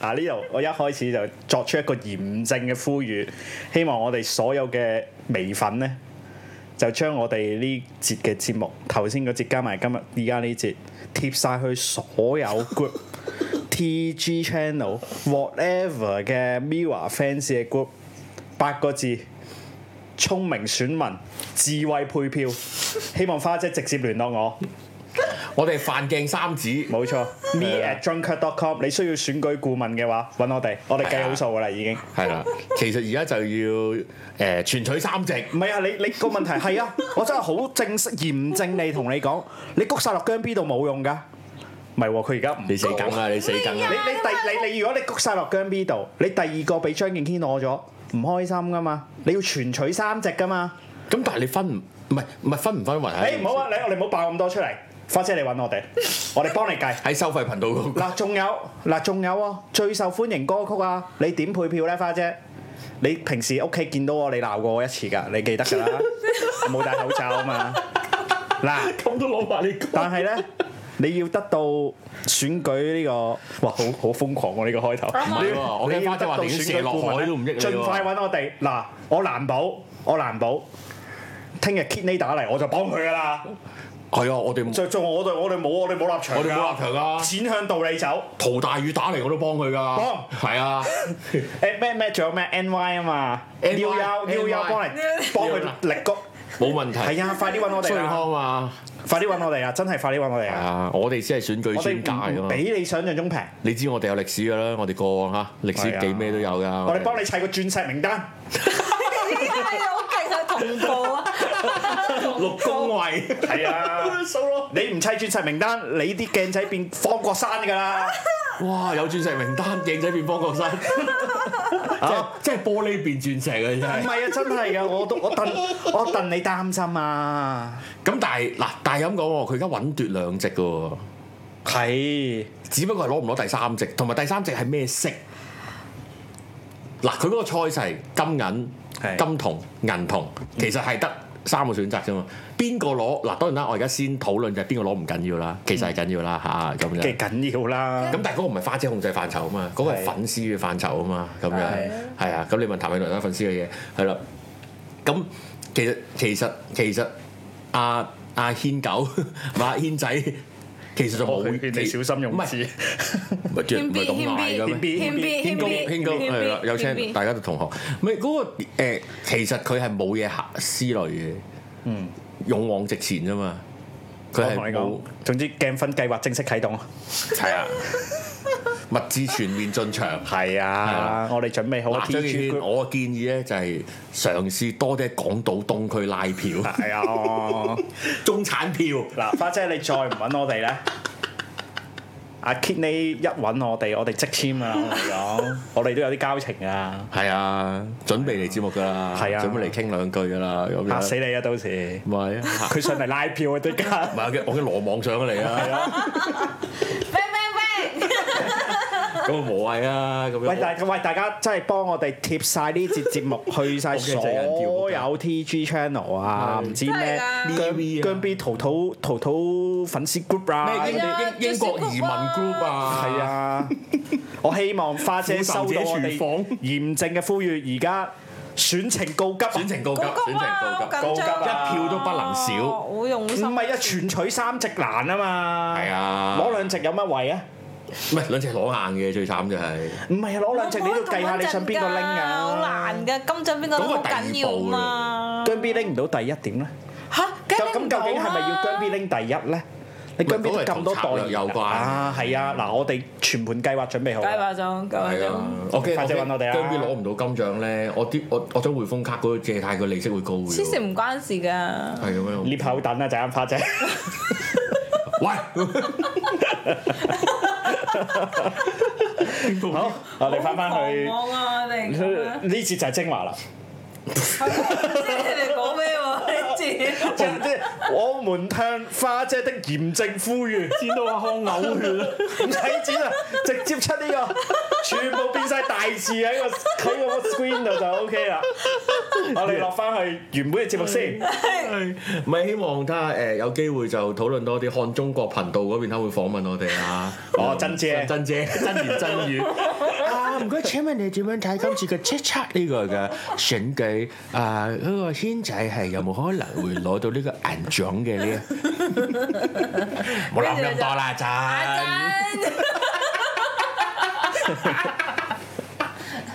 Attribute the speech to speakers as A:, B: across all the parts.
A: 嗱呢度我一開始就作出一個嚴正嘅呼籲，希望我哋所有嘅微粉呢，就將我哋呢節嘅節目頭先嗰節加埋今日而家呢節貼晒去所有 group、TG channel、whatever 嘅 Mirror fans 嘅 group，八個字。聰明選民，智慧配票，希望花姐直接聯絡我。
B: 我哋犯鏡三子，
A: 冇錯，me at drunkert.com。你需要選舉顧問嘅話，揾我哋，我哋計好數噶啦已經。
B: 係啦。其實而家就要誒、呃全取三席，
A: 唔係啊，你你個問題係 啊，我真係好正式嚴正地同你講，你谷晒落姜 B 度冇用噶。唔係喎，佢而家唔
B: 你死梗啦！你死梗啦！
A: 你你第你你如果你谷晒落姜 B 度，你第二個俾張敬軒攞咗，唔開心噶嘛？你要全取三隻噶嘛？
B: 咁但係你分唔唔係唔係分唔分勻
A: 誒
B: 喺
A: 唔好啊，你我哋唔好爆咁多出嚟，花姐你揾我哋，我哋幫你計。
B: 喺收費頻道嗰個
A: 嗱，仲有嗱，仲有啊，最受歡迎歌曲啊，你點配票咧，花姐？你平時屋企見到我，你鬧過我一次㗎，你記得㗎 啦，我冇戴口罩啊嘛。嗱，
B: 咁都攞埋你講
A: 但係咧，你要得到選舉呢、個，哇，好好瘋狂喎、呢、個開頭。
B: 唔係喎，
A: 啊
B: 我
A: 你
B: 驚
A: 要
B: 花
A: 得
B: 姐話
A: 到
B: 寧願
A: 選
B: 射
A: 舉顧
B: 落海都唔
A: 問啊
B: 益
A: 咧，
B: 你
A: 盡快
B: 喎。
A: 揾我哋。嗱，我難保，我難保，聽日 Kitney 打嚟，我就幫佢㗎啦。
B: 係啊，我哋
A: 就做我哋，我哋冇，我哋冇立場㗎。
B: 我哋冇立場㗎
A: 錢向道理走。
B: 陶大宇打嚟我都幫佢㗎
A: 幫，
B: 係啊，
A: 誒咩咩仲有咩 NY 啊嘛，撩
B: NY
A: 友撩友幫你
C: NY
A: 幫佢力谷，
B: 冇問題。
A: 係啊，快啲揾我哋
B: 蘇永
A: 啦，
B: 康啊，
A: 快啲揾我哋啊，真係快啲揾我哋
B: 係
A: 啊！
B: 啊，我哋先係選舉
A: 我哋
B: 專家㗎
A: 唔
B: 嘛。
A: 比你想象中平，
B: 你知我哋有歷史㗎啦，我哋過往嚇歷史記咩都有㗎。
A: 我哋幫你砌個鑽石名單，
C: 你好勁啊，同步啊！
B: 六公位，
A: 係啊，
B: 數咯。
A: 你唔砌鑽石名單，你啲鏡仔變方國山㗎啦，
B: 哇！有鑽石名單，鏡仔變方國山，即係即係玻璃變鑽石嘅真
A: 唔
B: 係。
A: 係啊，真係㗎，我都我戥我戥你擔心啊，
B: 咁但係嗱，但係咁講喎，佢而家穩奪兩隻嘅喎，
A: 係
B: 只不過係攞唔攞第三隻，同埋第三隻係咩色？嗱，佢嗰個賽事金銀、
A: 係
B: 金銅、銀銅，其實係得三個選擇啫嘛。邊個攞？嗱，當然啦，我而家先討論就係邊個攞唔緊要啦，其實係緊要啦嚇咁樣。
A: 嘅緊要啦，
B: 咁但係嗰個唔係花姐控制範疇啊嘛，嗰、個係粉絲嘅範疇啊嘛，咁樣
A: 係
B: 係啊，咁你問譚詠麟啦，粉絲嘅嘢係啦。咁其實其實其實阿阿軒狗 唔係阿軒仔，其實就
A: 我
B: 冇
A: 勸哦你小心用字，
B: 唔係唔
C: 唔
B: 係咁賴嘅咩？
C: 謙卑
B: 軒
C: 謙
B: 公
C: 卑
B: 軒公係啦，有請大家嘅同學。唔係嗰個誒其實佢係冇嘢思慮嘅，
A: 嗯，
B: 勇往直前啫嘛。佢
A: 我
B: 係
A: 同你
B: 冇
A: 講，總之鏡分計劃正式啟動。
B: 係啊， 物資全面進場。
A: 係啊，我哋準備好
B: 嗱，張
A: TG
B: 建軒，
A: group。
B: 我嘅建議咧就係嘗試多啲喺港島東區拉 票，
A: 係啊，
B: 中產票。
A: 嗱，花姐你再唔揾我哋咧，阿 Kitney 一揾我哋，我哋即簽啊！我同你講，我哋都有啲交情啊，
B: 係啊，準備嚟節目㗎啦，
A: 係啊
B: 準備嚟傾兩句㗎啦，咁樣。
A: 嚇死你啊！到時
B: 唔係啊，
A: 佢上嚟拉票啊，即刻
B: 唔係我嘅我嘅羅網上咗嚟啊，
C: 喂喂喂！
B: 咁啊無謂啊，咁
A: 喂
B: 樣。
A: 大喂大家真係幫我哋貼晒呢節節 目去晒
B: OK，真
A: 所
B: 係有人跳好
A: 有 TG channel 啊，唔知咩
C: 真係㗎
A: 姜
B: VV 啊
A: 姜 B 淘淘淘淘粉絲 group 啊，
B: 咩英
C: 係啊
B: 英英國移民 group 啊，
A: 係， 啊，我希望花姐收到我哋嚴正嘅呼籲，而家選情告急，
B: 選情告急，
C: 告
B: 選
C: 急
B: 情
C: 啊！
B: 告
C: 好
B: 急，
C: 緊張啊，
B: 一票都不能少。
C: 好用心。
A: 唔係啊，全取三席難啊嘛，
B: 係啊
A: 攞兩席有乜為啊？
B: 唔係兩隻攞硬嘅最慘就係。
A: 唔係啊，攞兩席你都計下你想邊個拎啊？
C: 好難㗎，金獎邊個都好緊要嘛。
A: 姜 B 拎唔到第一點咧，
C: 嚇，
A: 咁
C: 咁
A: 咁究竟係咪要姜 B 拎第一咧？你姜 B 都咁多代
B: 嗰個係同策略有關
A: 啊？係啊，嗱，我哋全盤計劃準備好
C: 計
A: 啦，
C: 劃中，計劃
B: 係啊
C: 中。，
B: 我驚
A: 快啲搵我哋啊
B: 姜 B 攞唔到金獎咧，我啲我我張匯豐卡嗰個借貸個利息會高嘅
C: 黐線
B: 喎。
C: 唔關事㗎，
B: 係咁樣。
A: 捏口等啊，陣間 花姐，
B: 喂，
A: 好，我哋翻翻去
C: 好狂妄啊！你哋咁樣
A: 呢節就係精華啦。
C: 你哋講咩喎？你知
A: 即係我們向花姐的嚴正呼籲，剪到阿康嘔血啦！ 唔使剪啊，直接出呢、個，全部變晒大字喺 個喺個 screen 度就 OK 啦。我哋落翻去原本嘅節目先，
B: 唔係希望睇下誒有機會就討論多啲，看中國頻道嗰邊睇會訪問我哋啊。
A: 哦真姐
B: 真姐，真言真語。啊，唔該請問你點樣睇今次嘅叱咤呢個嘅選舉？啊，嗰、個軒仔係有冇可能會攞到呢個銀獎嘅呢？冇諗啊咁多啦， 真。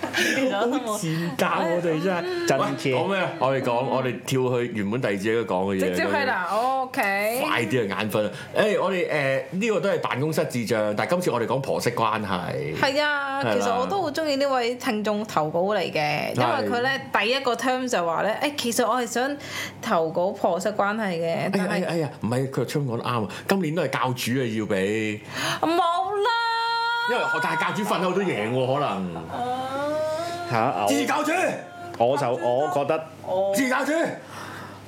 B: 賤格我哋真係
A: 真嘅
B: 講咩啊？我哋講，我哋跳去原本第二節應該講嘅嘢。
C: 哦
B: 快啲啊！眼瞓啊！誒、我哋誒呢個都係辦公室智障，但係今次我哋講婆媳關係。
C: 係啊，
B: 係啦
C: 其實我都好中意呢位聽眾投稿嚟嘅，因為佢咧第一個 term 就話咧，誒、其實我係想投稿婆媳關係嘅，
B: 哎呀
C: 但
B: 哎呀
C: 係
B: 哎呀！唔係佢春講得啱啊！今年都係教主啊，要俾，
C: 冇
B: 因
C: 啦。
B: 為但係教主瞓後都贏喎，可能。
A: 嚇
B: 支持教主，
A: 我我就我覺得
B: 支持教主，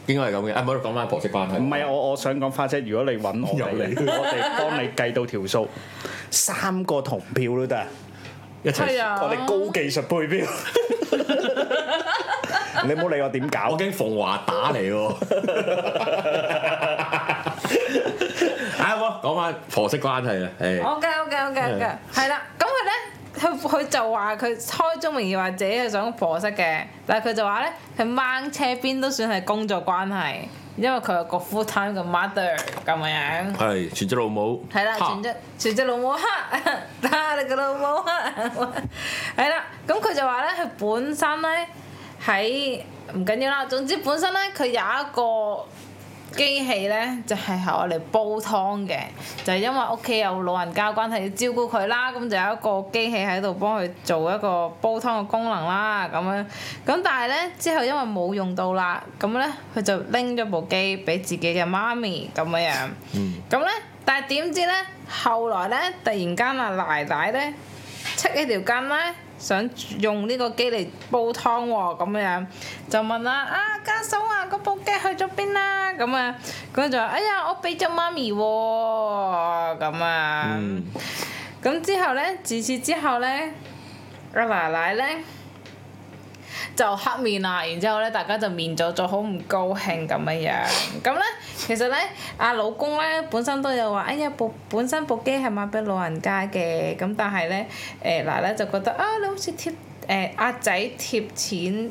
B: 應該係咁嘅。啊，唔好講翻婆媳關係。啊
A: 唔係我我想講花姐，如果你揾我
B: 又
A: 哋
B: 嚟
A: 我哋幫你計到條數，三個同票都得啊。
B: 一齊
C: 係。啊，
A: 我哋高技術 配標，你唔好理我點
B: 我
A: 搞。
B: 驚馮華打嚟 喎。啊，好講翻婆媳關係啊，誒，
C: OK OK OK OK，係啦，咁佢咧，佢佢就話佢開宗明義話自己係想婆媳嘅，但係佢就話咧，佢掹車邊都算係工作關係，因為佢有個 full time 嘅 mother 咁樣。
B: 係全職老母。
C: 係啦，
B: 哈
C: 全隻全隻老母黑， 打你個老母黑， 係啦。咁佢就話咧，佢本身咧喺唔緊要啦，總之本身咧佢有一個機器咧，就係係我嚟煲湯嘅，就係、因為屋企有老人家關係要照顧佢啦，咁就有一個機器喺度幫佢做一個煲湯嘅功能啦，咁樣。咁但係咧之後因為冇用到啦，咁咧佢就拎咗部機俾自己嘅媽咪咁樣樣。咁咧、但係點知咧後來咧突然間啊奶奶咧戚起條筋咧。想用啊呢個機嚟煲湯喎、咁樣就問啦啊家嫂啊，嗰部機去咗邊啦？咁啊，佢就話哎呀，我俾咗媽咪喎、咁啊。
B: 嗯
C: 咁之後咧，自此之後咧，阿奶奶咧就黑面啦，然之後咧，大家就面咗咗，好唔高興咁樣樣。咁咧，其實咧，阿老公咧本身都有話，哎呀，部本身部機係買俾老人家嘅，咁但係咧，誒、奶奶就覺得啊，你好似貼誒阿、仔貼錢。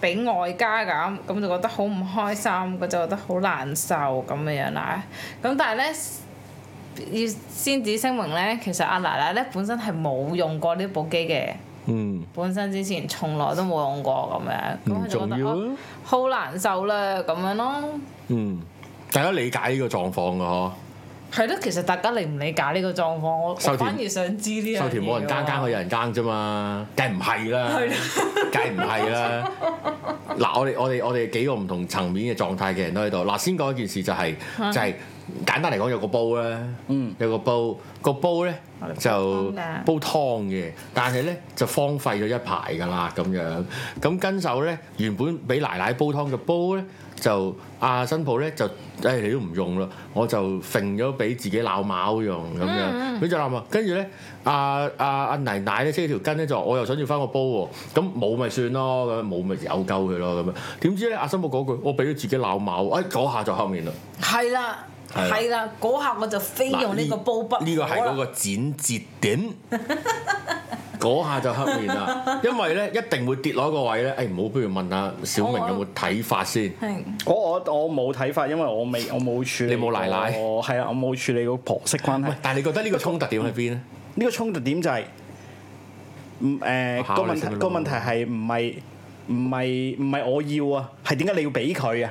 C: 俾外家咁，咁就覺得好唔開心，佢就覺得好難受咁樣樣啦。咁但係咧，要先至聲明咧，其實阿奶奶咧本身係冇用過呢部機嘅，
B: 嗯，
C: 本身之前從來都冇用過咁樣，咁佢
B: 唔
C: 就覺
B: 重
C: 得
B: 要
C: 哦
B: 啊。
C: 好、難受啦咁樣咯。
B: 嗯，大家理解呢個狀況嘅嗬。
C: 係咯，其實大家理唔理解呢個狀況？我我
B: 收田
C: 反而想知呢樣嘢喎。
B: 收田冇人耕，耕佢有人耕啫嘛，梗係唔係啦，梗係唔係啦。嗱，我哋我哋我哋幾個唔同層面嘅狀態嘅人都喺度。嗱，先講一件事就係、就係、簡單嚟講有個煲啦，
A: 嗯
B: 有個煲，個煲咧
C: 我哋煲
B: 就
C: 湯㗎
B: 煲湯嘅，但係咧就荒廢咗一排㗎啦咁樣。咁跟手咧原本俾奶奶煲湯嘅煲咧就阿新抱咧就誒、唉你都唔用啦，我就揈咗俾自己鬧貓用咁樣，佢就鬧嘛。跟住咧阿阿阿奶奶咧即條筋咧就話我又想要翻個煲喎，咁冇咪算咯，咁冇咪有鳩佢咯咁樣。點知咧阿新抱嗰句我俾咗自己鬧貓，誒、嗰下就黑面啦。
C: 係啦，
B: 係啦
C: 係啦，嗰下我就非
B: 嗱
C: 用呢個煲筆。
B: 呢個係嗰個剪節 點。嗰下就黑面啦，因為咧一定會跌落一個位咧。誒、唔好，不如問下小明
A: 啊
B: 有冇睇法先。
C: 係
A: 我我我冇睇法，因為我未我冇處理。
B: 你冇奶奶
A: 我係啊，我冇處理過婆媳關係
B: 喂。但係你覺得呢個衝突點喺邊 咧？
A: 呢個衝突點就係唔誒
B: 考
A: 個問題
B: 你先啦
A: 個問題係唔係唔係唔係我要啊？係點解你要俾佢啊？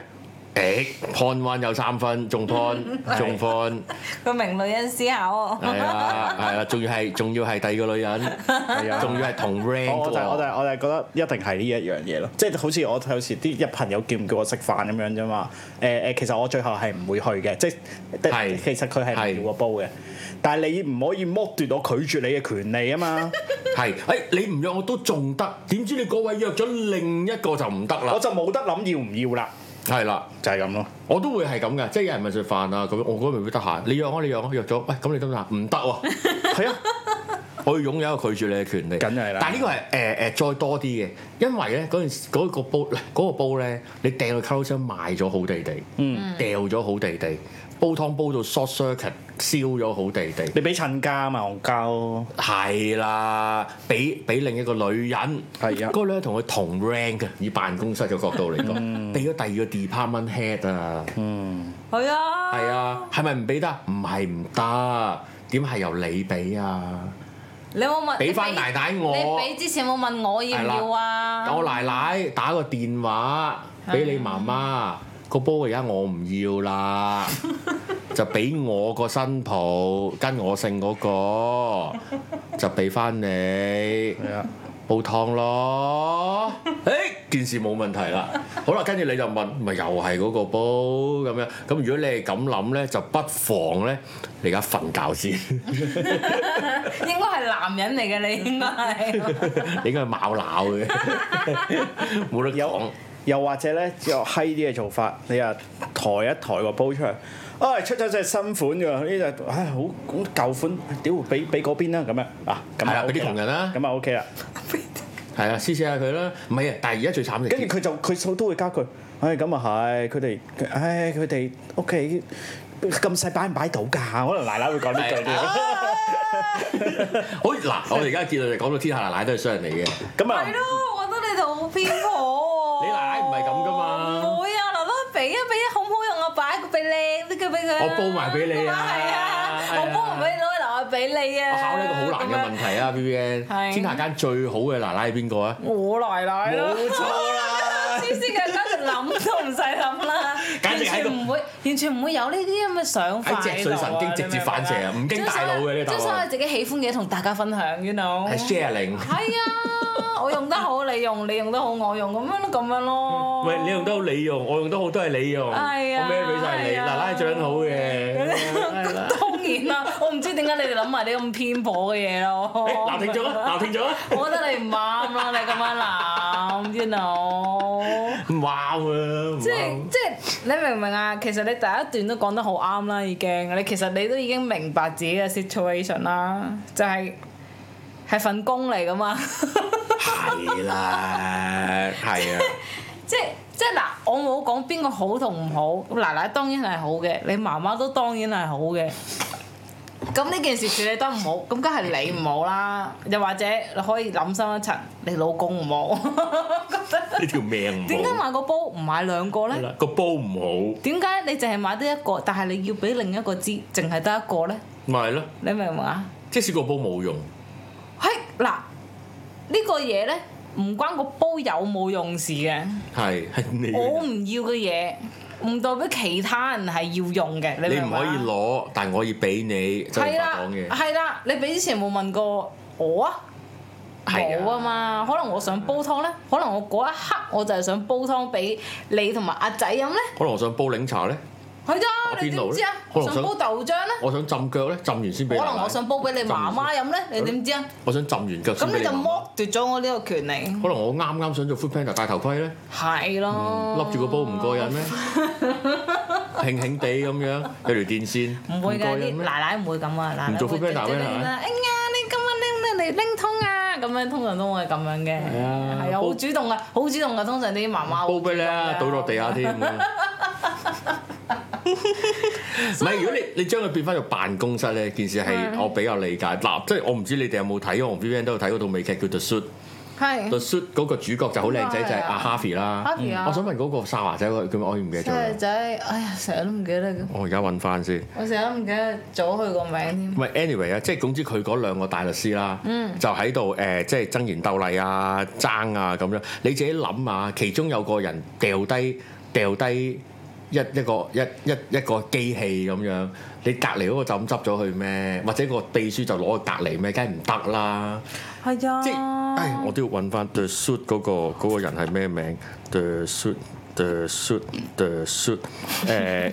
B: 誒，判彎有三分，仲判， 仲判，
C: 個名女人思考啊。
B: 係 啊，係啊，仲要係，仲要係第二個
A: 係
B: 女人，
A: 啊
B: 仲要係同
A: 我
B: rank
A: 我就係我就
B: 喎。
A: 係我就係覺得一定係呢一樣嘢咯，即係好似我有時啲一朋友叫唔叫我食飯咁樣啫嘛。誒、誒，其實我最後係唔會去嘅，即
B: 係
A: 係其實佢係
B: 係
A: 唔要個煲嘅。但係你唔可以剝奪我拒絕你嘅權利啊嘛，
B: 係，誒，你唔約我都仲得，點知你嗰位約咗另一個就唔得啦
A: 我。就冇得諗要唔要啦，
B: 係啦。
A: 就係咁咯。
B: 我都會係咁嘅，即係有人問食 飯啊，咁我嗰日未必得閒，你約我，你約我，約咗，喂，咁你得唔得閒？唔得喎，
A: 係啊，
B: 我要擁有一個拒絕你嘅權利。
A: 梗係啦
B: 但係呢個係誒誒再多啲嘅，因為咧嗰陣時嗰個煲嗱嗰個煲咧，你掟去卡拉 OK 賣咗好地地，
A: 嗯
B: 掉咗好地地，煲湯煲到 short circuit 燒咗好地地。
A: 你俾襯家啊嘛，戇鳩。
B: 係啦，俾俾另一個女人，
A: 係啊
B: 嗰個女人同佢同 rank 嘅，以辦公室嘅角度嚟
A: 嗯
B: 講，俾咗第二個 department head 啊，
C: 係啊，
B: 係啊，係咪唔俾得？唔係唔得，點係由你俾啊？
C: 你有冇問？
B: 俾返
C: 你
B: 奶奶
C: 你
B: 我
C: 俾之前有冇問我要唔要啊？
B: 我奶奶打個電話俾你媽媽，個煲而家我唔要啦，就俾我個新抱跟我姓嗰、個，就俾翻你。
A: 係啊，
B: 煲湯咯，誒件事冇問題啦。好啦，跟住你就問，咪又係嗰個煲咁樣。咁如果你係咁諗咧，就不妨咧，你而家瞓覺先，
C: 應該係男人嚟嘅，你應該 係。
B: 你應該係貓鬧嘅， 冇得
A: 有
B: 講。
A: 又或者咧，又閪啲嘅做法，你啊抬一抬個煲出嚟，唉、出咗隻新款㗎，呢隻唉好好舊款，屌俾俾嗰邊啦咁樣啊，咁
B: 係啦
A: 啊
B: 俾啲
A: OK
B: 窮人啦
A: 咁啊 OK 啦，
B: 係啊，試試下佢啦。唔係啊，但係而家最慘
A: 跟
B: 嘅，
A: 住佢就佢數都會加佢，唉咁啊係，佢哋唉佢哋屋企咁細擺唔擺到㗎？可能奶奶會講呢句啲，
B: 好嗱， 我哋而家結論就講到天下奶奶都係商人嚟 嘅。
A: 咁啊
C: 係咯，我覺得你哋好偏頗喎。
B: 你奶奶唔係咁㗎嘛
C: 唔會啊，奶奶俾啊俾啊，好唔好用啊？擺個俾靚啲嘅俾佢。
B: 我煲埋俾你啊
C: 係啊，
B: 係啊
C: 我煲唔俾你攞嚟，留我俾你啊。
B: 我考呢一個好難嘅問
C: 題。
B: 題啊，B B N。
C: 係
B: 天下間最好嘅奶奶係邊個啊？
C: 我奶奶啦。
B: 冇錯啦
C: 黐線嘅，簡直諗都唔使諗啦，
B: 簡直喺
C: 完
B: 度
C: 全唔會，完全唔會有呢啲咁嘅想
B: 喺
C: 法
B: 脊髓神經直接反射啊唔經大腦嘅呢答案
C: 將所有自己喜歡嘅嘢同大家分享，you know。
B: 係 sharing。
C: 係啊，我用得好，你用；你用得好，我用，咁樣咁樣咯。
B: 喂，你用得好你用，我用得好都係你用，我
C: 係啊
B: marry 晒你，
C: 係啊
B: 奶奶最撚好 嘅。
C: 當然啦，我唔知點解你哋諗埋啲咁偏頗嘅嘢咯。
B: 誒嗱聽咗 啦，嗱聽啊咗啦，
C: 我覺得你唔啱啦，你咁樣諗，you know。
B: 唔啱啊，唔
C: 即係
B: 啱。
C: 即係你明唔明啊？其實你第一段都講得好啱啦，已經你其實你都已經明白自己嘅 situation 啦，就係、係份工嚟噶嘛。
B: 係啦，係 啊，
C: 即係即係嗱，我冇講邊個好同唔好，奶奶當然係好嘅，你媽媽都當然係好嘅。咁呢件事處理得唔好，咁梗係你唔好啦。又或者你可以諗深一層，你老公唔好。
B: 呢條命
C: 點解
B: 唔好，
C: 買個煲唔買兩個呢
B: 係？啦個煲唔好，
C: 點解你淨係買得一個，但係你要俾另一個知，淨係得一個呢？
B: 咪係咯，
C: 你明唔明啊？
B: 即使個煲冇用，
C: 係嗱，呢個嘢呢，唔關個煲有冇用事嘅，
B: 係係你
C: 我唔要嘅嘢，唔代表其他人係要用嘅，你
B: 你
C: 明
B: 唔
C: 唔明啊
B: 可以攞，但我可以俾你，就係
C: 係啦
B: 講嘅，
C: 係啦，你俾之前有冇問過我啊？
B: 係啊
C: 冇啊嘛，可能我想煲湯呢，可能我嗰一刻我就係想煲湯俾你同埋阿仔飲呢。
B: 可能我想煲檸茶咧，
C: 係
B: 打
C: 咋，
B: 邊
C: 你知
B: 爐
C: 唔
B: 呢
C: 知啊？
B: 可
C: 我
B: 能想
C: 想煲豆漿呢。
B: 我想浸腳咧，浸完先
C: 可
B: 俾奶奶。
C: 能我想煲俾你媽媽飲呢，你點知啊？
B: 我想浸完腳
C: 咁
B: 先俾
C: 你
B: 你
C: 就
B: 媽媽。
C: 剝奪咗我呢個權利，
B: 可能我啱啱想做 food panda 戴頭盔咧。
C: 係咯，
B: 嗯笠住個煲唔過 癮咩？輕輕地咁樣，有條電線，
C: 唔會㗎，
B: 過癮
C: 啲
B: 咩？
C: 奶奶唔會咁啊，奶奶
B: 唔做
C: 會
B: foodpanda
C: 直接
B: 咩
C: 拎
B: 奶奶
C: 啦哎呀，你今日拎你嚟拎通啊，咁樣通常都會咁樣嘅，
B: 係啊
C: 係啊，
B: 煲
C: 好主動啊，好主動啊，通常啲媽媽好
B: 煲俾你啊，
C: 主
B: 倒
C: 動㗎
B: 落地下添。啊 唔係，如果你你將佢變翻做辦公室咧，件事
C: 嗯
B: 係我比較理解。嗱，即係我唔知你哋有冇睇，我同 Vivian 都有睇嗰套美劇叫 The Suit，The
C: 係，
B: Suit 嗰個主角就好靚仔，就係阿 Harvey 啦。嗯
C: Harvey 啊
B: 我想問嗰個沙華仔嗰個叫咩？我唔記得咗啦
C: 細。仔，哎呀，成日都唔記得嘅，
B: 我而家揾翻先。
C: 我成日都唔記得咗佢個名
B: 唔係 anyway 啊，即係總之佢嗰兩個大律師啦，就喺度誒，即係爭言鬥麗啊、爭啊咁樣。你自己諗下，其中有個人掉低掉低一一個一一一個機器咁樣，你隔離嗰個就咁執咗佢咩？或者個秘書就攞去隔離咩？梗係唔得啦！
C: 添，係啊，
B: 即係，哎唉，我都要揾翻 The Suit 嗰、個嗰個人係咩名？The Suit。The suit, the suit，誒、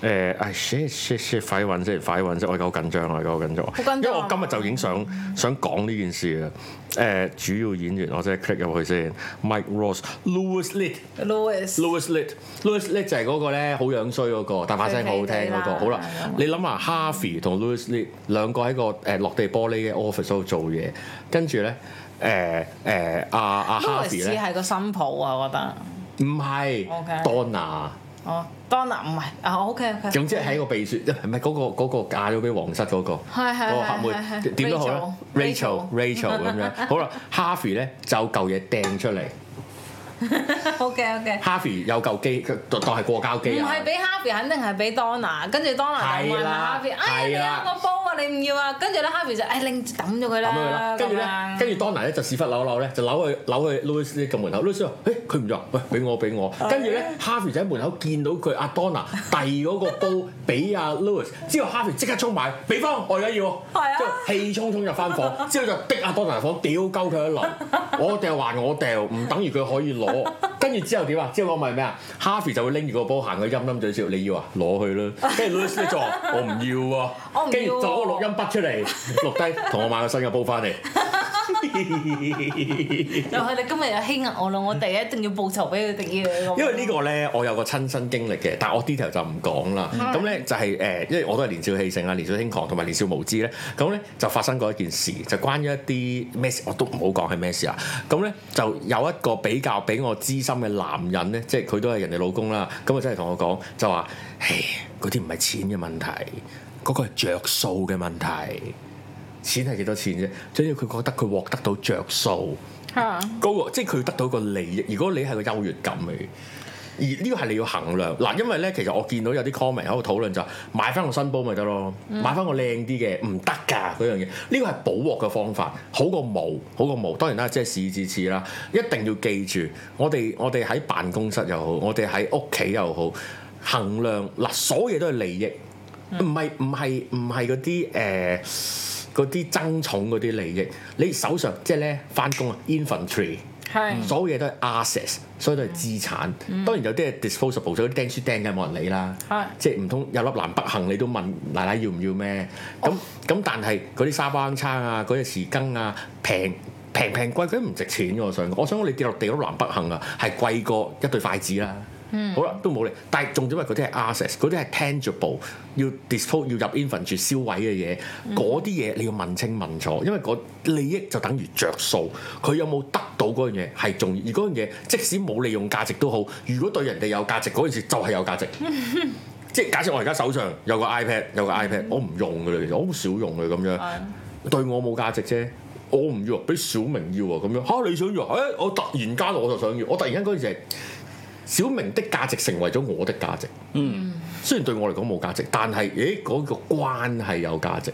B: 誒，唉 shit shit shit，快啲揾先，快啲揾先，我而家好緊張啊，我而家好緊張，
C: 緊張啊
B: 因為我今日就已經想想講呢件事啦。啊誒、主要演員，我即係 click 入去先，Mike Ross，Louis Litt。
C: Louis
B: Louis Lit，Louis Lit 就係嗰個咧好樣衰嗰個，但把聲好好聽嗰個。
C: 肥肥
B: 好
C: 地啦
B: 啦，你諗下 Harvey 同 Louis Lit 兩個喺個誒落地玻璃嘅 office 度做嘢，跟住咧誒誒阿阿
C: Louis
B: Harvey
C: 似
B: 咧，
C: 係個新抱啊，我覺得。
B: 唔係
C: OK
B: Donna，
C: 哦，Donna 唔係啊，OK OK。
B: 總之 係一個秘書，唔係嗰個嗰個嫁咗俾皇室嗰個，
C: 係係
B: 嗰個黑
C: 係係
B: 妹
C: 係
B: 點都好啦
C: Rachel
B: ，Rachel，Rachel 咁 樣。好啦，Harvey 咧就嚿嘢掟出嚟
C: OK OK。
B: ，Harvey 有嚿機，當當係過膠機
C: 唔
B: 啊。
C: 係俾 Harvey，肯定係俾 Donna。跟住 Donna 就
B: 係
C: 問
B: 啦
C: Harvey：，哎
B: 係
C: 呀，
B: 啦
C: 你有個煲啊，你唔要啊？跟住咧，Harvey 就誒拎抌咗佢
B: 咁樣啦
C: 啦。，
B: 跟住咧
C: 咁樣，
B: 跟住 Donna 咧就屎忽扭扭咧，就扭去扭去 Louis 嘅門口，Louis 話：，誒佢唔做，喂俾我俾我。跟住咧，Harvey 就喺門口見到佢阿 Donna 遞嗰個煲俾阿 Louis，之後 Harvey 即刻衝埋，俾翻我我而家要，
C: 啊
B: 之後氣衝衝入翻 房，之後就逼阿 Donna 入房，屌鳩佢一輪，我掉還我掉，唔等於佢可以攞。跟住之後點啊？之後我咪咩啊？Harvey 就會拎住個煲行去陰陰嘴笑，你要啊，攞去啦。跟住 Louis 咧就話：我唔要啊
C: 我唔要啊。
B: 跟住就攞個錄音。筆出 嚟，錄低，同我買個新嘅煲翻嚟。
C: 就係你今日又欺壓我啦，我第一定要報仇俾佢哋嘅。咁
B: 因為呢個咧，我有個親身經歷嘅，但係我 detail 就唔講
C: 嗯
B: 啦。咁咧就係、誒，因為我都係年少氣盛啊，年少輕狂同埋年少無知咧。咁咧就發生過一件事，就關於一啲咩事，我都唔好講係咩事啊。咁咧就有一個比較比我資深嘅男人咧，即係佢都係人哋老公啦。咁啊真係同我講就話：，唉，嗰啲唔係錢嘅問題，嗰、個係着數嘅問題。錢係幾多錢啫？最緊要佢覺得佢獲得到着數。
C: 嚇
B: 嗰個即係佢得到個利益。如果你係個優越感嚟嘅，而呢個係你要衡量嗱，因為咧其實我見到有啲 comment 喺度討論就話買翻個新煲咪得咯，買翻個靚啲嘅唔得㗎嗰樣嘢，呢個係補鑊嘅方法，好過冇，好過冇。當然啦，即係事已至此啦，一定要記住，我哋我哋喺辦公室又好，我哋喺屋企又好，衡量嗱，所有嘢都係利益。唔係唔係唔係嗰啲誒嗰啲爭寵嗰啲利益，你手上即係咧翻工啊，infantry。
C: 係
B: 所有嘢都係 assets，所以都係資產。當然有啲係 disposable，所以釘書釘嘅冇人理啦
C: 係。
B: 即係唔通有粒南北杏你都問奶奶要唔要咩？咁咁、但係嗰啲沙巴罌罉啊，嗰啲匙羹啊，平平平貴貴唔值錢嘅。我想講，我想講你跌落地嗰粒南北杏啊，係貴過一對筷子啦。好啦，都冇理。但係重點係嗰啲係 assets，嗰啲係 tangible，要 dispose 要入 inventory 銷毀嘅嘢，嗰啲嘢你要問清問楚，因為個利益就等於着數，佢有冇得到嗰樣嘢係重要。而嗰樣嘢即使冇利用價值都好，如果對人哋有價值，嗰件事就係有價值。即係假設我而家手上有個 iPad，有個 iPad，我唔用㗎啦，其實我好少用嘅咁樣。對我冇價值啫。我唔要啊，俾小明要啊，咁樣嚇你想要啊？誒、我突然間我就想要，我突然間嗰陣時係小明的價值成為咗我的價值。嗯，雖然對我嚟講冇價值，但係誒嗰個關係有價值，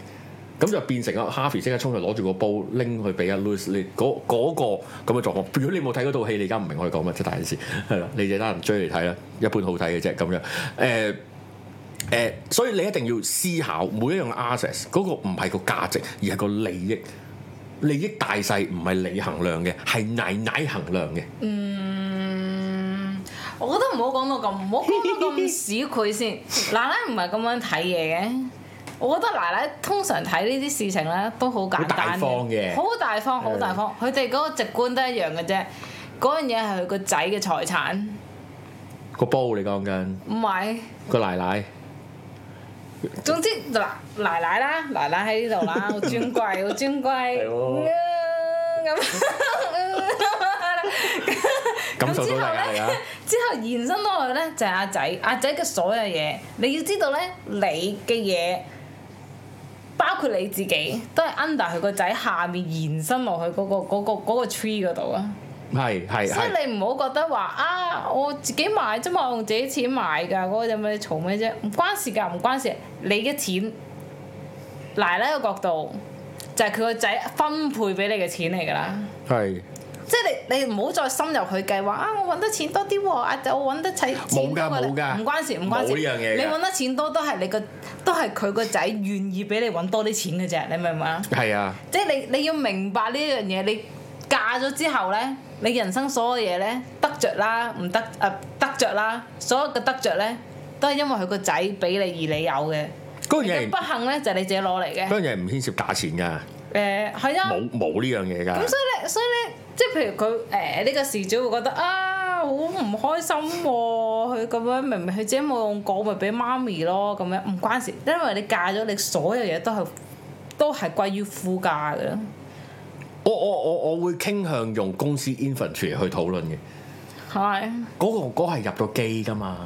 B: 咁就變成啊 Harvey 即刻衝去攞住個煲拎去俾阿 Louis Lee 嗰嗰個咁嘅狀況。如果你冇睇嗰套戲，你而家唔明我哋講乜啫，大件事係啦，你哋得人追嚟睇啦，一般好睇嘅啫咁樣誒。誒、呃所以你一定要思考每一樣 assets 嗰個唔係個價值，而係個利益。利益大細唔係你衡量嘅，係奶奶衡量嘅。
C: 嗯，我覺得唔好講到咁，唔好講到咁屎佢先。奶奶唔係咁樣睇嘢嘅，我覺得奶奶通常睇呢啲事情咧都好簡
B: 好大
C: 單
B: 方嘅
C: 好大方，好大方。佢哋嗰個直觀都一樣嘅啫。嗰樣嘢係佢個仔嘅財產，
B: 個煲你講緊
C: 唔係。
B: 個奶奶，
C: 總之嗱，奶奶啦，奶奶喺呢度啦，好尊貴，好尊貴。嗯
A: 係喎
C: 咁
B: 感受
C: 之
B: 到
C: 後
B: 大家
C: 咧
B: 嚟啊！
C: 之後延伸落去咧就係阿仔，阿仔嘅所有嘢，你要知道咧，你嘅嘢包括你自己都係 under 佢個仔下面延伸落去嗰、個嗰、個嗰、個 tree 嗰度啊。
B: 係係
C: 所
B: 係。
C: 以你唔好覺得話啊，我自己買啫嘛，我用自己錢買㗎，嗰、個有咩嘈咩啫？唔關事㗎，唔關事。你嘅錢，奶奶嘅角度就係佢個仔分配俾你嘅錢嚟㗎啦。
B: 係
C: 即係你你唔好再深入去計劃啊！我揾得錢多啲喎，啊我揾得齊錢
B: 冇㗎
C: 多過你
B: 冇㗎
C: 唔關事唔關事。
B: 冇呢樣嘢㗎
C: 你揾得錢多都係你個都係佢個仔願意俾你揾多啲錢嘅啫，你明唔明啊？
B: 係啊！
C: 即係你你要明白呢一樣嘢，你嫁咗之後咧，你人生所有嘢咧得着啦，唔得誒、呃得着啦，所有嘅得着咧都係因為佢個仔俾你而你有嘅。
B: 嗰樣
C: 你
B: 嘢
C: 嘅不幸咧就係你自己攞嚟嘅。
B: 嗰樣嘢唔牽涉價錢㗎，
C: 誒係啊。
B: 冇冇呢樣嘢
C: 咁
B: 㗎
C: 所。以咧，所以咧，即係譬如佢誒呢個事主會覺得啊，好唔開心喎、佢咁樣明明佢自己冇用過，咪俾媽咪咯咁樣，唔關事，因為你嫁咗，你所有嘢都係都係歸於夫家嘅。
B: 我我我我會傾向用公司 inventory 去討論嘅。
C: 係，
B: 嗰、個嗰係入到機㗎 嘛，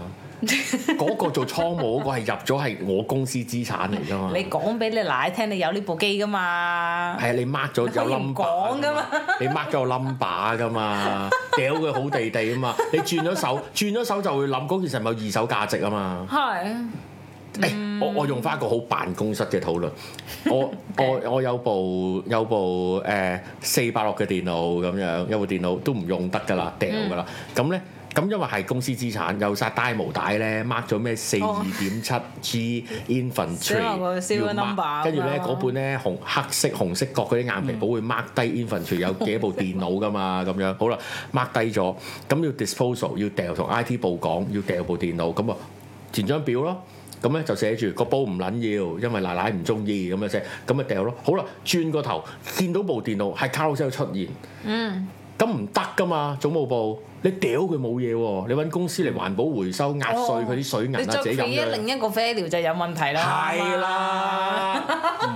B: 嗰個做倉務嗰個係入咗係我公司資產嚟㗎嘛。
C: 你講俾你奶聽，你有呢部機噶嘛？
B: 係啊，你 mark 咗有
C: 你可以唔
B: number
C: 講㗎嘛，
B: 你 mark 咗有 number 噶嘛，屌佢好地地啊嘛，你轉咗手，轉咗手就會諗嗰件事係咪有二手價值啊嘛。
C: 係，
B: 誒、我我用翻一個好辦公室嘅討論， 我我我有部有部誒四百六嘅電腦咁樣，有部電腦都唔用得㗎啦，掉㗎啦。咁咧、咁因為係公司資產，有晒 d 毛帶咧，mark 咗咩四二
C: 哦
B: 點七 G
C: 小朋友
B: infantry，
C: 燒
B: 要
C: 個
B: mark
C: number
B: 跟住咧
C: 咁樣
B: 嗰本咧紅黑色紅色角嗰啲硬皮簿會 mark 低 infantry 有幾多部電腦 㗎嘛，咁樣好啦，mark 低咗，咁要 disposal 要掉同 IT 部講要掉部電腦，咁啊填張表咯。咁咧就寫住個煲唔撚要，因為奶奶唔中意咁樣寫，咁咪掉咯。好啦，轉個頭見到部電腦係 Carousel 出現，
C: 嗯，
B: 咁唔得噶嘛，總務部你屌佢冇嘢喎，你揾公司嚟環保回收壓碎佢啲水銀
C: 你
B: 啊，
C: 再
B: 自己
C: create
B: 咁樣。
C: 另一個 value 就有問題啦。
B: 係啦，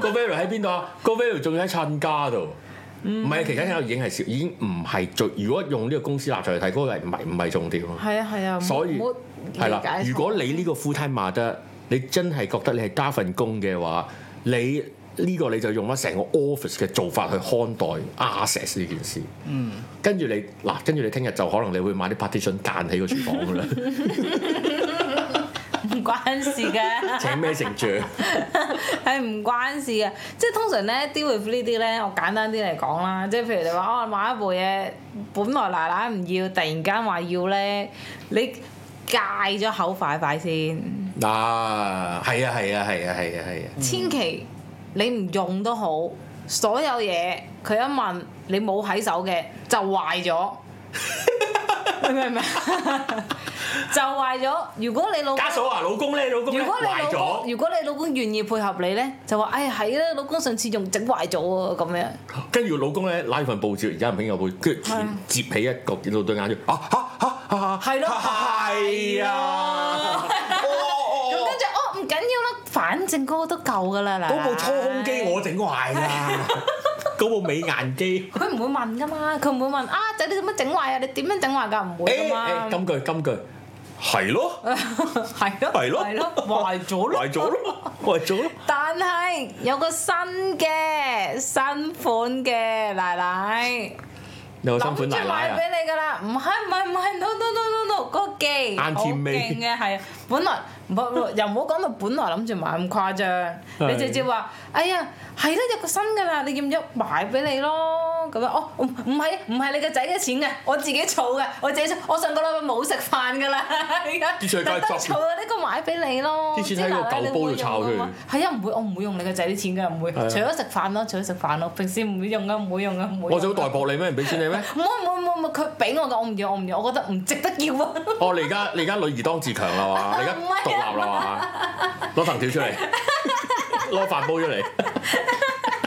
B: 個 value 喺邊度啊？個 value 仲要喺襯家度。唔係，其實喺度已經係少，已經唔係最。如果用呢個公司立場嚟睇，嗰、個係唔係唔係重點咯。
C: 係啊係啊，唔好
B: 所以
C: 唔好
B: 係啦
C: 理解，錯
B: 如 果你呢個 full time 麻得，你真係覺得你係加份工嘅話，你呢個你就用翻成個 office 嘅做法去看待 access 呢件事。嗯，跟住你嗱，跟住你聽日就可能你會買啲 partition 間起個廚房噶啦，
C: 唔關事嘅。
B: 請咩成住？
C: 係唔關事嘅，即係通常咧 deal with 呢啲咧，我簡單啲嚟講啦，即係譬如你話哦買一部嘢，本來奶奶唔要，突然間話要咧，你戒咗口快快先，
B: 啊，係啊，係啊，係啊，係啊，係啊。
C: 千祈你唔用都好，所有嘢佢一問你冇喺手嘅就壞咗， 明唔明啊？ 就壞咗。如果你老公
B: 家嫂啊，老公咧，老公
C: 如
B: 咧
C: 果你
B: 壞
C: 老公
B: 咗，
C: 如果你老公願意配合你咧，就話哎係啦，老公上次用整壞咗喎咁樣。
B: 跟住老公咧拉份報紙，而家唔興有報紙，跟住
C: 係啊
B: 接起一個見到對眼就啊嚇嚇嚇
C: 係咯
B: 係啊，
C: 咁
B: 哦哦
C: 跟住哦唔緊要啦，反正嗰個都夠噶啦嗱。
B: 嗰部操控機我整壞
C: 啊
B: 啦，嗰部美顏機。
C: 佢唔會問噶嘛，佢唔會問啊仔你點樣整壞啊？你點樣整壞㗎？唔會
B: 誒
C: 噶嘛
B: 誒，。金句金句，係咯，
C: 係咯
B: 係咯
C: 係咯，壞咗咯。
B: 壞咗咯，壞咗咯。
C: 但係有個新嘅新款嘅奶奶，
B: 有個新
C: 諗住
B: 款奶奶
C: 買
B: 啊
C: 俾，你㗎啦，唔係唔係唔係，no no no no no，嗰個機好
B: Auntie May
C: 勁嘅係，啊本來唔好又唔好講到本來諗住買咁誇張，
B: 係
C: 你直接話，哎呀，係啦，有個新㗎啦，你要唔要買俾你咯？咁樣哦，唔唔係唔係你個仔嘅錢嘅，我自己儲嘅，我自己儲我上個禮拜冇食飯㗎啦，而家
B: 啲水
C: 特
B: 梗係
C: 登
B: 執
C: 儲啊呢個買俾你咯，
B: 啲錢喺個舊煲度炒佢
C: 佢，係啊，唔會我唔會用你個仔啲錢㗎，唔會，
B: 係啊
C: 除咗食飯咯，除咗食飯咯，平時唔會用㗎，唔會用㗎，唔會用㗎。
B: 我想代薄你咩？唔俾錢 你咩？
C: 唔好唔好唔好唔好，佢俾我嘅，我唔要我唔要，我覺得唔值得要 啊！
B: 哦，你而家你而家女兒當自強啦嘛，你而家獨立啦嘛，攞藤條 出嚟，攞飯煲出嚟，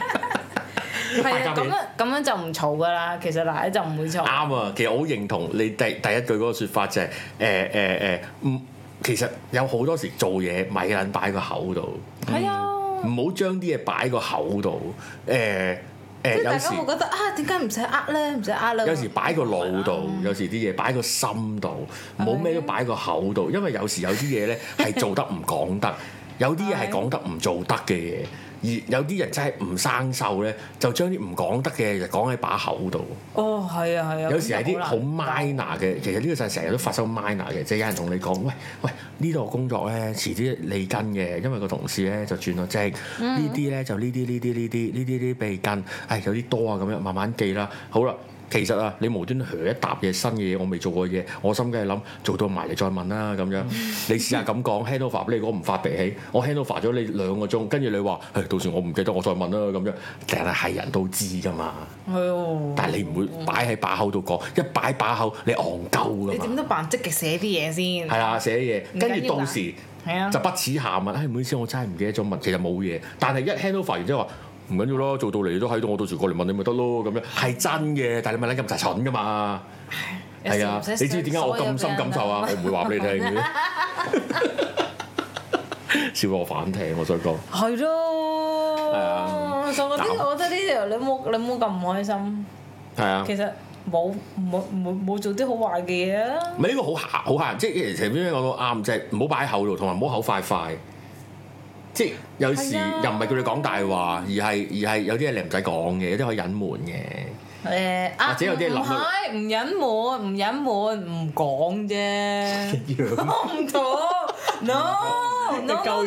B: 大家俾
C: 係啊，咁樣咁樣就唔嘈噶啦，其實奶奶就唔會嘈。
B: 啱啊！其實我好認同你第第一句嗰個説法就係誒誒誒，唔其實有好多時做嘢咪撚擺個口度，
C: 係啊，
B: 唔好將啲嘢擺個口度，誒
C: 即
B: 誒
C: 係
B: 有
C: 大
B: 時
C: 家會覺得啊，點解唔使呃咧？唔使呃啦。
B: 有時擺個腦度，
C: 嗯
B: 有時啲嘢擺個心度，唔好咩都擺個口度，因為有時有啲嘢咧係做得唔講 得，有啲嘢係講得唔做得嘅嘢，而有啲人真係唔生鏽咧，就將啲唔講得嘅嘢就講喺把口度。
C: 哦，係啊係啊，
B: 有時係啲好啊
C: 慢。
B: minor 嘅，其實呢個就係成日都發生 minor 嘅，即係有人同你講，喂喂，呢度工作咧遲啲你跟嘅，因為個同事咧就轉咗職，哎呢啲咧就呢啲呢啲呢啲呢啲呢啲俾你跟，唉有啲多啊咁樣慢慢記啦，好啦。其實啊，你無端端噏一沓嘢新嘅嘢，我未做過嘅嘢，我心梗係諗做到埋你再問啦咁樣。你試下咁講 handle 俾你，我唔發脾氣，我 handle 咗你兩個鐘，跟住你話，唉，到時我唔記得，我再問啦咁樣。其實係人都知噶嘛，
C: 係喎。
B: 但係你唔會擺喺把口度講，一擺把口你戇鳩
C: 嗯你
B: 噶
C: 點
B: 嘛。
C: 都扮積極寫啲嘢先。
B: 係啊，寫嘢，
C: 唔緊要
B: 跟住到
C: 㗎
B: 時。
C: 係啊
B: 就。不恥下問，唉、唔好意思，我真係唔記得咗問，其實冇嘢，但係一 handle 完之後話唔緊要咯，做到嚟都喺度，我到時過嚟問你咪得咯，咁樣係真嘅，但係你咪撚咁柒蠢噶嘛，係啊，你知唔知點解我咁深感受啊？我唔會話俾你聽嘅， 笑我反艇，我想講，
C: 係咯。
B: 係啊
C: 所以我覺
B: 嗱
C: 得我覺得呢條你冇你冇咁唔開心。
B: 係啊。
C: 其實冇冇冇冇做啲好壞嘅嘢啊。
B: 唔係呢個好嚇好嚇人，即係前面講到啱，就係唔好擺喺口度，同埋唔好口快快。即係有時
C: 係啊
B: 又唔係叫你講大話，而係而係有啲嘢你唔使講嘅，有啲可以隱瞞嘅。
C: 誒啊
B: 或者有啲嘢諗
C: 唔係唔隱瞞，唔隱瞞，唔講啫。
B: 一樣
C: 唔妥，no no no no no no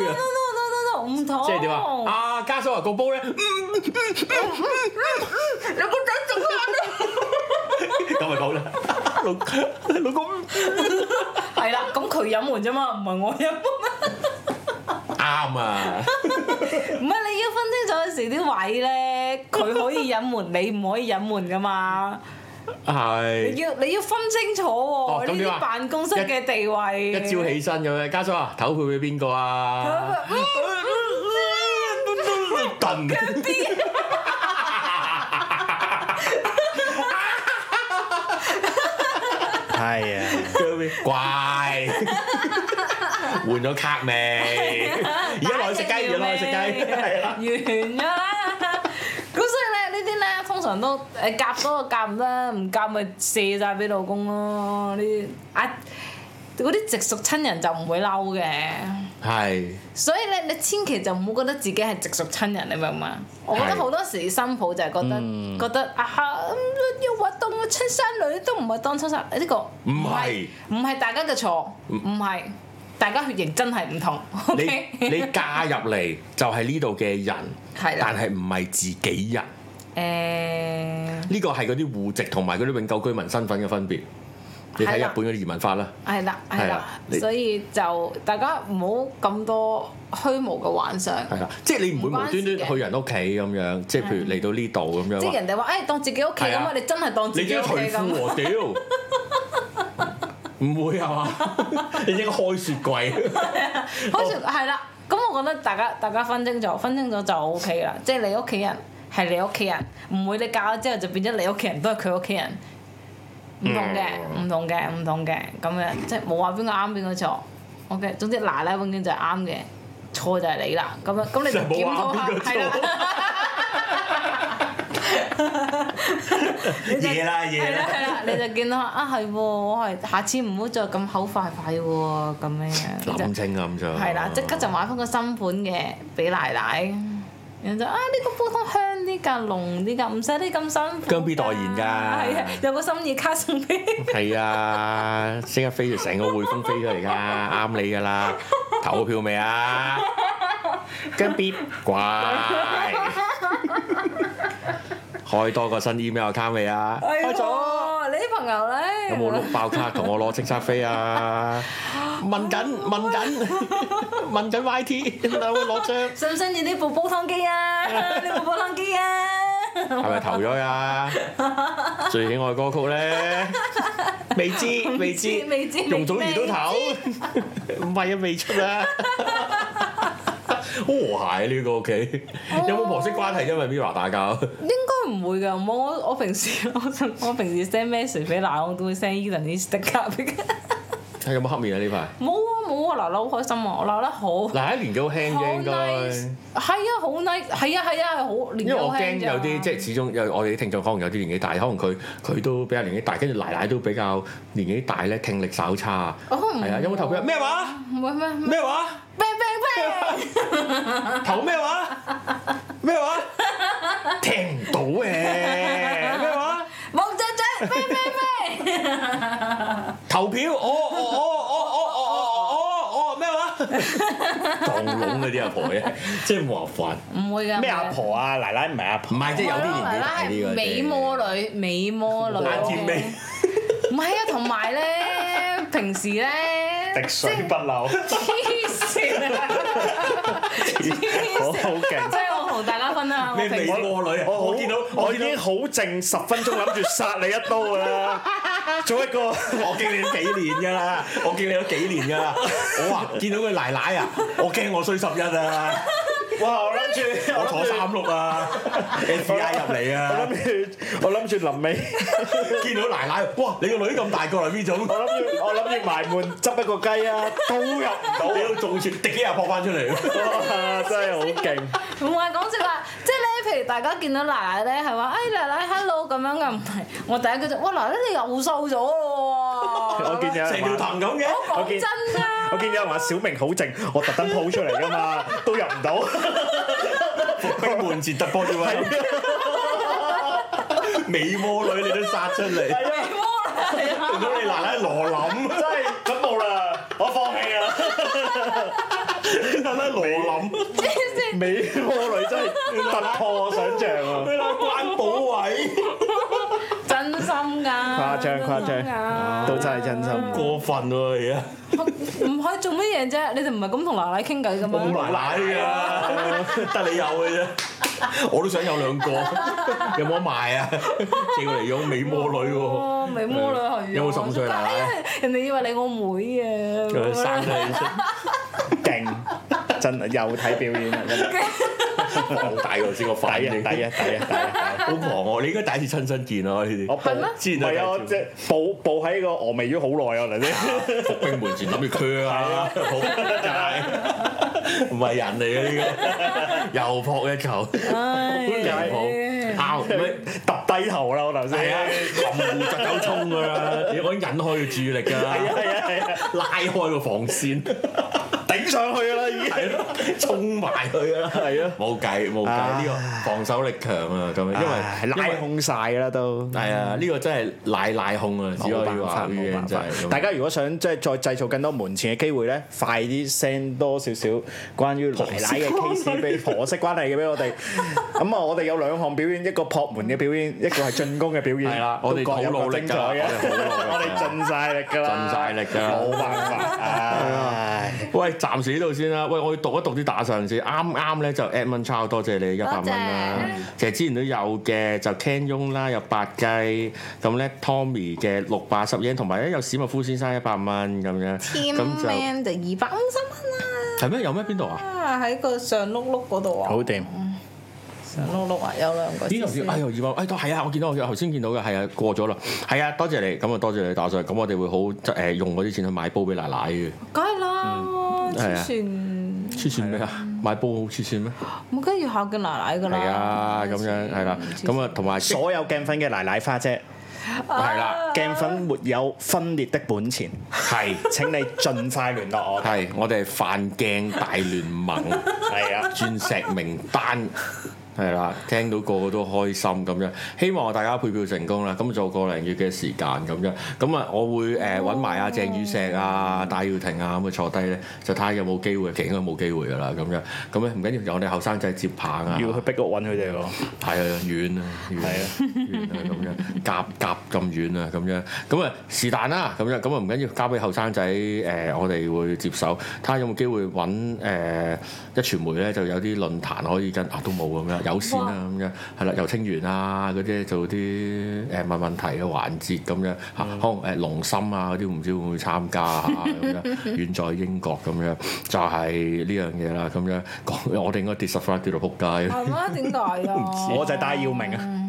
C: no 唔妥。
B: 即係點啊？啊，加索華個煲咧，嗯
C: 你個仔仲
B: 咁咪好 啦，老老公
C: 係啦，咁佢隱瞞啫嘛，唔係我隱瞞。
B: 啱啊！
C: 唔係你要分清楚有時啲位咧，佢可以隱瞞，你唔可以隱瞞噶嘛。你
B: 係
C: 要你要分清楚
B: 哦
C: 喎，
B: 咁
C: 呢
B: 點啊
C: 啲辦公室嘅地位。
B: 一朝起身咁樣，加索華頭配俾邊個
C: Ờ,
B: 啊？燉
A: 係啊，
B: 乖，換咗卡未？而家落去食雞，而家落去食雞，係啦。
C: 完咗啦。咁所以咧，呢啲咧通常都誒夾嗰個夾唔得，唔夾咪卸晒俾老公咯。呢啲啊，嗰啲直屬親人就唔會嬲嘅。
B: 係
C: 所以咧，你千祈就唔好覺得自己係直屬親人，你明唔明啊？我覺得
B: 係
C: 好多時新抱就係覺得、
B: 嗯
C: 覺得啊，要話當我親生女都唔係當親生，呢、個
B: 唔係
C: 唔係大家嘅錯，唔係大家血型真係唔同。OK，
B: 你你嫁入嚟就係呢度嘅人，
C: 係啦
B: 但係唔係自己人。
C: 誒。
B: 呢個係嗰啲户籍同埋嗰啲永久居民身份嘅分別。你睇
C: 係啦
B: 日本嗰啲移民法啦，
C: 係啦，係
B: 係
C: 啦
B: 啦你，
C: 所以就大家唔好咁多虛無嘅幻想，
B: 係啊啦，即係你唔會
C: 唔
B: 無
C: 關
B: 端端
C: 事嘅
B: 去人屋企咁樣，即係譬如嚟到呢度咁
C: 即
B: 樣話，
C: 係人哋話誒當自己屋企咁
B: 係
C: 啊
B: 啊，
C: 你真係當自
B: 你
C: 己
B: 都
C: 屋
B: 要除
C: 企
B: 褲
C: 咁，
B: 喎，屌！唔會係啊嘛？ 你應該開雪櫃，
C: 好似係啦。咁我覺得大家大家分清楚，分清楚就 O K 啦。即係你屋企人係你屋企人，唔會你嫁咗之後就變咗你屋企人都係佢屋企人，唔同嘅，
B: 嗯
C: 唔同嘅，唔同嘅咁樣，即係冇話邊個啱邊個錯。O K，總之奶奶永遠就係啱嘅，錯就係你啦。咁樣咁你就
B: 就冇
C: 檢討
B: 話
C: 下，
B: 邊個
C: 係啦。
A: 嘢啦嘢
C: 係啦
A: 啦，
C: 係啦，你就見到啊係喎，我係下次唔好再咁口快快喎咁樣樣
B: 諗啊
C: 就
B: 清咁就
C: 係啦，即刻就買翻個新款嘅俾奶奶，然後就啊呢個煲湯香啲㗎，濃啲㗎，唔使你咁辛苦㗎。
B: 姜 B 代言㗎
C: 係啊，有個心意卡送 俾你。
B: 係啊，即刻飛住成個匯豐飛出嚟㗎，啱你㗎啦！投票未啊？跟 B 乖，開多個新 email account 未啊？開咗。
C: 喎，哎你啲朋友咧
B: 有冇碌爆卡同我攞即刻飛啊？問緊問緊問緊 YT，有冇攞張？
C: 信唔信要呢部煲湯 機啊？呢部煲湯機啊？
B: 係咪投咗 啊？最喜愛歌曲咧？未知未知
C: 未知
B: 容祖兒都投，唔係啊，未出啊！ 好和諧呢個屋企，
C: 哦
B: 有冇婆媳關係因為 Mira 打交？
C: 應該唔會㗎，冇我我平時我我平時 send message 俾奶奶，我都會 send Eden 啲 sticker 俾佢。
B: 係有冇黑面啊？呢排
C: 冇啊冇啊，奶奶好開心啊，我奶奶好。
B: 嗱，一年紀好輕
C: 好
B: 嘅應該，
C: nice，係啊，好 nice，係啊，係啊，係好年
B: 因為我驚
C: 輕咋
B: 有啲即係始終有我哋啲聽眾可能有啲年紀大，可能佢佢都比較年紀大，跟住奶奶都比較年紀大咧，聽力稍差。
C: 哦唔
B: 係啊，有冇投票？咩話？
C: 咩咩咩
B: 咩話？
C: 咩
B: 投咩 話？咩話？聽唔到嘅咩話？
C: 冇仔仔咩咩咩，
B: 投票？哦哦哦哦哦哦哦哦哦咩話？當籠啊嗰啲阿婆 嘅，即係麻煩。
C: 唔會㗎。
A: 咩
C: 唔會㗎
A: 阿？婆啊，奶奶唔係阿
B: 唔
A: 婆，
B: 係即係有啲年紀大啲嗰啲。
C: 美魔女，美魔女。
B: 眼尖尾。
C: 唔係啊，同 埋咧，平時咧，
A: 滴水
C: 即
A: 不漏，
C: 黐 線啊！
A: 我好勁。
C: 即係我同大家分享我
B: 咩
C: 平
B: 美
C: 時
B: 魔女啊！
A: 我
B: 我見到
A: 我
B: 我
A: 已
B: 見
A: 經
B: 到
A: 好靜十分鐘諗住殺你一刀㗎啦，做一個
B: 我見你幾年㗎啦，我見你有幾年㗎啦。我話 見到佢奶奶啊，我驚我衰十一啊，
A: 哇！我諗住
B: 我坐
A: 諗住
B: 三六啊，FBI 入
A: 我
B: 嚟啊，
A: 諗住我諗住臨尾，
B: 見到奶奶，哇！你個女咁大個啦，邊種？
A: 我諗住我諗住埋門執一個雞啊，都入唔到
B: 你都仲住滴幾日撲翻出 嚟？
A: 啊！真係好勁，
C: 唔係講笑啦，即係咧，譬如大家見到奶奶咧，係話哎奶奶 hello 咁樣嘅，唔係我第一句就哇奶奶你又瘦咗咯喎！
A: 我見有
B: 成條
A: 人話。
B: 藤咁嘅。
C: 我講真啊，
A: 我見有人話小明好靜，我特登鋪出嚟㗎嘛，都入唔到。
B: 冰門前突破要位，美魔女你都殺出嚟，
A: 係啊，
B: 見到你奶奶羅琳，
A: 真係咁冇啦，我放棄啦。
B: 奶奶羅琳，
C: 即係
A: 美魔女真係突破我想象啊！
B: 奶奶關寶偉，
C: 真心㗎，誇
A: 誇張誇
C: 啊
A: 張，都真係真心。
B: 過分喎啊而家，
C: 唔可以做乜嘢啫？你哋唔係咁同奶奶傾偈㗎
B: 我冇
C: 嘛？哦
B: 奶奶㗎，得你有嘅啫，我都想有兩個，有冇得賣啊？借過嚟用美魔女喎，
C: 哦，美魔女係啊
B: 有冇十五歲奶奶
C: 哎呀人哋以為你我妹啊！咁樣
B: 生得你出
A: 勁，真係又睇表演啦，啊真係
B: 好大個先個反
A: 抵啊
B: 應，
A: 抵啊抵啊抵啊！
B: 好狂喎！你應該第一次親身見啊呢
A: 我
B: 啲，
A: 報
C: 係咩
A: 之前係啊，我即係報報喺個峨眉咗好耐啊，嚟先。
B: 伏兵門前諗住佢啊，好真係唔係人嚟嘅呢個，又撲一球，
C: 唉
B: 又 撲，拗唔係
A: 揼低頭啦，我頭先。
B: 係啊，含糊就走衝㗎啦，我已經引開佢注意力㗎
A: 係啊
B: 啦，
A: 係啊係啊，
B: 拉開個防線，
A: 頂上去啦已經。
B: 係咯，啊衝埋佢啦，
A: 係咯
B: 冇計冇計，呢個防守力強啊咁樣，
A: 唉
B: 因為因
A: 拉
B: 為
A: 空晒㗎啦都。
B: 係啊，呢個真係奶奶控啊，只可以
A: 冇辦
B: 話
A: 法，
B: 呢
A: 冇
B: 樣
A: 辦
B: 真係
A: 法。
B: 咁
A: 大家如果想即係再製造更多門前嘅機會咧，快啲 send 多少少關於奶奶嘅 case 俾婆媳關係嘅俾我哋。咁啊，我哋有兩項表演，一個撲門嘅表演，一個係進攻嘅表演。
B: 係啦我哋
A: 都各有
B: 好努
A: 各
B: 力㗎
A: 精彩嘅，
B: 我哋好努
A: 我哋盡晒力㗎啦，
B: 力㗎盡晒力㗎
A: 冇辦法，唉，
B: 喂，暫時呢度先啦。喂，我要讀一讀啲打賞先。啱啱咧就 Edmund Chow，多謝你一百蚊啦。其實之前都有嘅，就 Ken Yong 啦，有八雞。咁咧 Tommy 嘅六百十 yen，同埋咧有史密夫先生一百蚊咁樣。
C: Team
B: 咁就
C: Man 就二百五十蚊
B: 係咩？有咩邊度啊？
C: 啊！喺個上碌碌嗰度啊，
A: 好掂，
C: 上碌碌啊，有兩個。
B: 呢頭先，哎呦，二百，哎都係啊！我見到我頭先見到嘅，係啊，過咗啦，係啊，多謝你，咁啊，多謝你打賞，咁我哋會好誒、用嗰啲錢去買煲俾奶奶嘅，
C: 梗係啦，
B: 係
C: 黐
B: 啊
C: 線，
B: 黐線咩啊？買煲好黐線咩？
C: 我梗係要孝敬奶奶㗎啦。
B: 啊係啊，咁樣係啦，咁啊，同埋
A: 所有鏡粉嘅奶奶花姐，
B: 係啦，
A: 鏡粉沒有分裂的本錢，
B: 係。
A: 請你盡快聯絡我。
B: 係，我哋係飯鏡大聯盟
A: 係啊，
B: 鑽石名單。係啦，聽到個個都開心咁樣，希望大家配票成功啦。咁仲有個零月嘅時間咁樣，咁啊，我會誒揾埋阿鄭宇碩啊、戴耀廷啊咁啊坐低咧，就睇下有冇機會，其實應該冇機會噶啦咁樣。咁咧唔緊要，我哋後生仔接棒啊，
A: 要去逼我揾佢哋喎。
B: 係啊，遠啊，遠啊，遠啊咁樣，夾夾咁遠啊咁樣，咁啊是但啦咁樣，咁啊唔緊要，交俾後生仔誒，我哋會接手，睇下有冇機會揾誒、呃一傳媒咧，就有啲論壇可以跟啊都冇咁樣，有線啦咁樣，係啦，游清源啊嗰啲做啲誒問問題嘅環節咁樣嚇，可能誒龍心啊嗰啲唔知會唔會參加嚇咁樣，遠在英國咁樣，就係呢樣嘢啦咁樣，講我哋應該跌十分跌到仆街。
C: 係咩？點解 啊？
A: 我就係戴耀 明啊，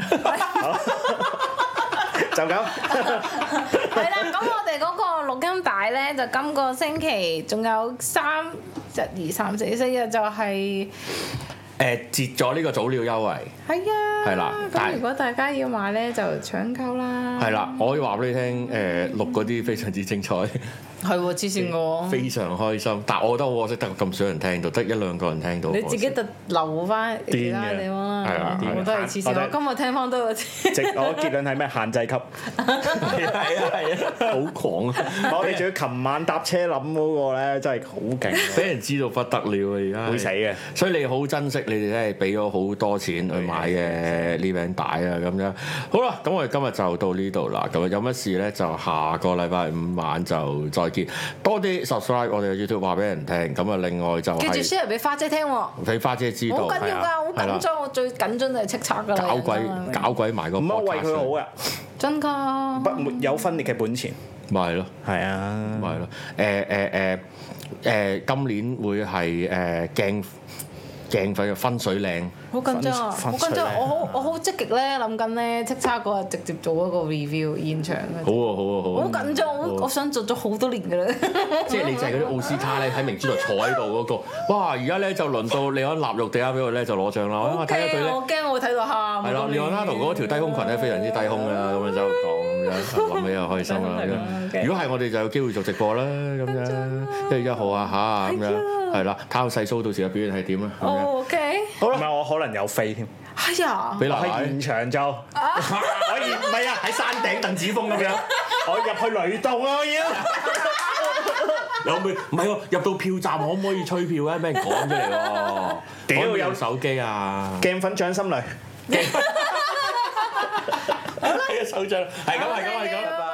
A: 就 咁
C: 係啦，咁我哋嗰個錄音帶咧，就今個星期仲有三日、二、三、四、四日就係
B: 誒截咗呢個早鳥優惠。
C: 係啊，
B: 係啦但
C: 咁
B: 係
C: 如果大家要買咧，就搶購啦。
B: 係啦，我可以話俾你聽，誒、錄嗰啲非常之精彩，
C: 係喎，黐線我，
B: 非常開心。但我覺得好可惜，得咁少人聽到，得一兩個人聽到。
C: 你自己
B: 可惜
C: 特留翻其他地
B: 癲
C: 方
B: 嘅係啊
C: 啦。
B: 癲嘅
C: 我都係黐
A: 我
C: 線，
A: 哋
C: 我今日聽翻都有 啲。
A: 直我結論係咩？限制級。
B: 係啊係啊，好狂啊！
A: 我哋仲要琴晚搭車諗嗰個咧，真係好勁，
B: 俾人知道不得了啊！而家係
A: 會死嘅。
B: 所以你好珍惜你哋真係俾咗好多錢去買嘅呢餅帶啊咁樣。好啦，咁我哋今日就到呢度啦。咁啊有乜事咧就下個禮拜五晚就再見。多啲 subscribe 我哋嘅 YouTube 話俾人聽。咁啊另外就
C: 記住
B: 係
C: share 俾花姐聽喎，好
B: 俾花姐知道，
C: 緊要㗎，好
B: 係啦啊
C: 緊張，啊我最緊張就係叱咤㗎啦。
B: 搞鬼
C: 人生係
B: 搞鬼埋個
A: 唔好為
B: podcast
A: 佢好啊，
C: 啊真㗎。
A: 不沒有分裂嘅本錢。
B: 咪係咯。
A: 係
C: 嗯
A: 啊，
B: 咪係咯，誒誒誒誒，今年會係誒、鏡鏡費嘅分水嶺，
C: 好緊張啊！好
A: 分水
C: 緊張，
A: 咧
C: 我好我好積極咧，諗緊咧，叱咤嗰日直接做一個 review 現場
B: 好
C: 嘅。
B: 啊好啊好啊！
C: 好緊張，我我想做咗好多年㗎啦。
B: 即係你就係嗰啲奧斯卡咧，喺明珠台坐喺度嗰個，哇！而家咧就輪到李安納入地下俾我咧就攞獎啦， 我
C: 好
B: 睇下佢
C: 驚，啊
B: 咧。
C: 我驚我會睇到喊。
B: 係啦，李安納度嗰條低胸裙咧非常之低胸啦，咁樣就講咁樣，諗起又開心啦咁樣。如果哦係我哋就有機會做直播啦，咁樣一月一號啊嚇咁樣，係啦，睇下細蘇到時嘅表現係點啊啦。咁樣
C: 哦，OK，
A: 好啦，唔係我可能有飛添，
C: 哎呀，
B: 俾
A: 我
B: 奶
A: 喺
B: 奶
A: 現。場 就，我現唔係啊，喺山頂鄧子峰咁樣， 我入去雷動啊，我要。
B: 有冇？唔係喎，入到票站可唔可以吹票咧？咩人講出嚟 喎？
A: 屌
B: 可唔可以用
A: 有
B: 手機啊！
A: 鏡粉掌心雷。
B: 係啊，手掌係咁，係咁，係咁。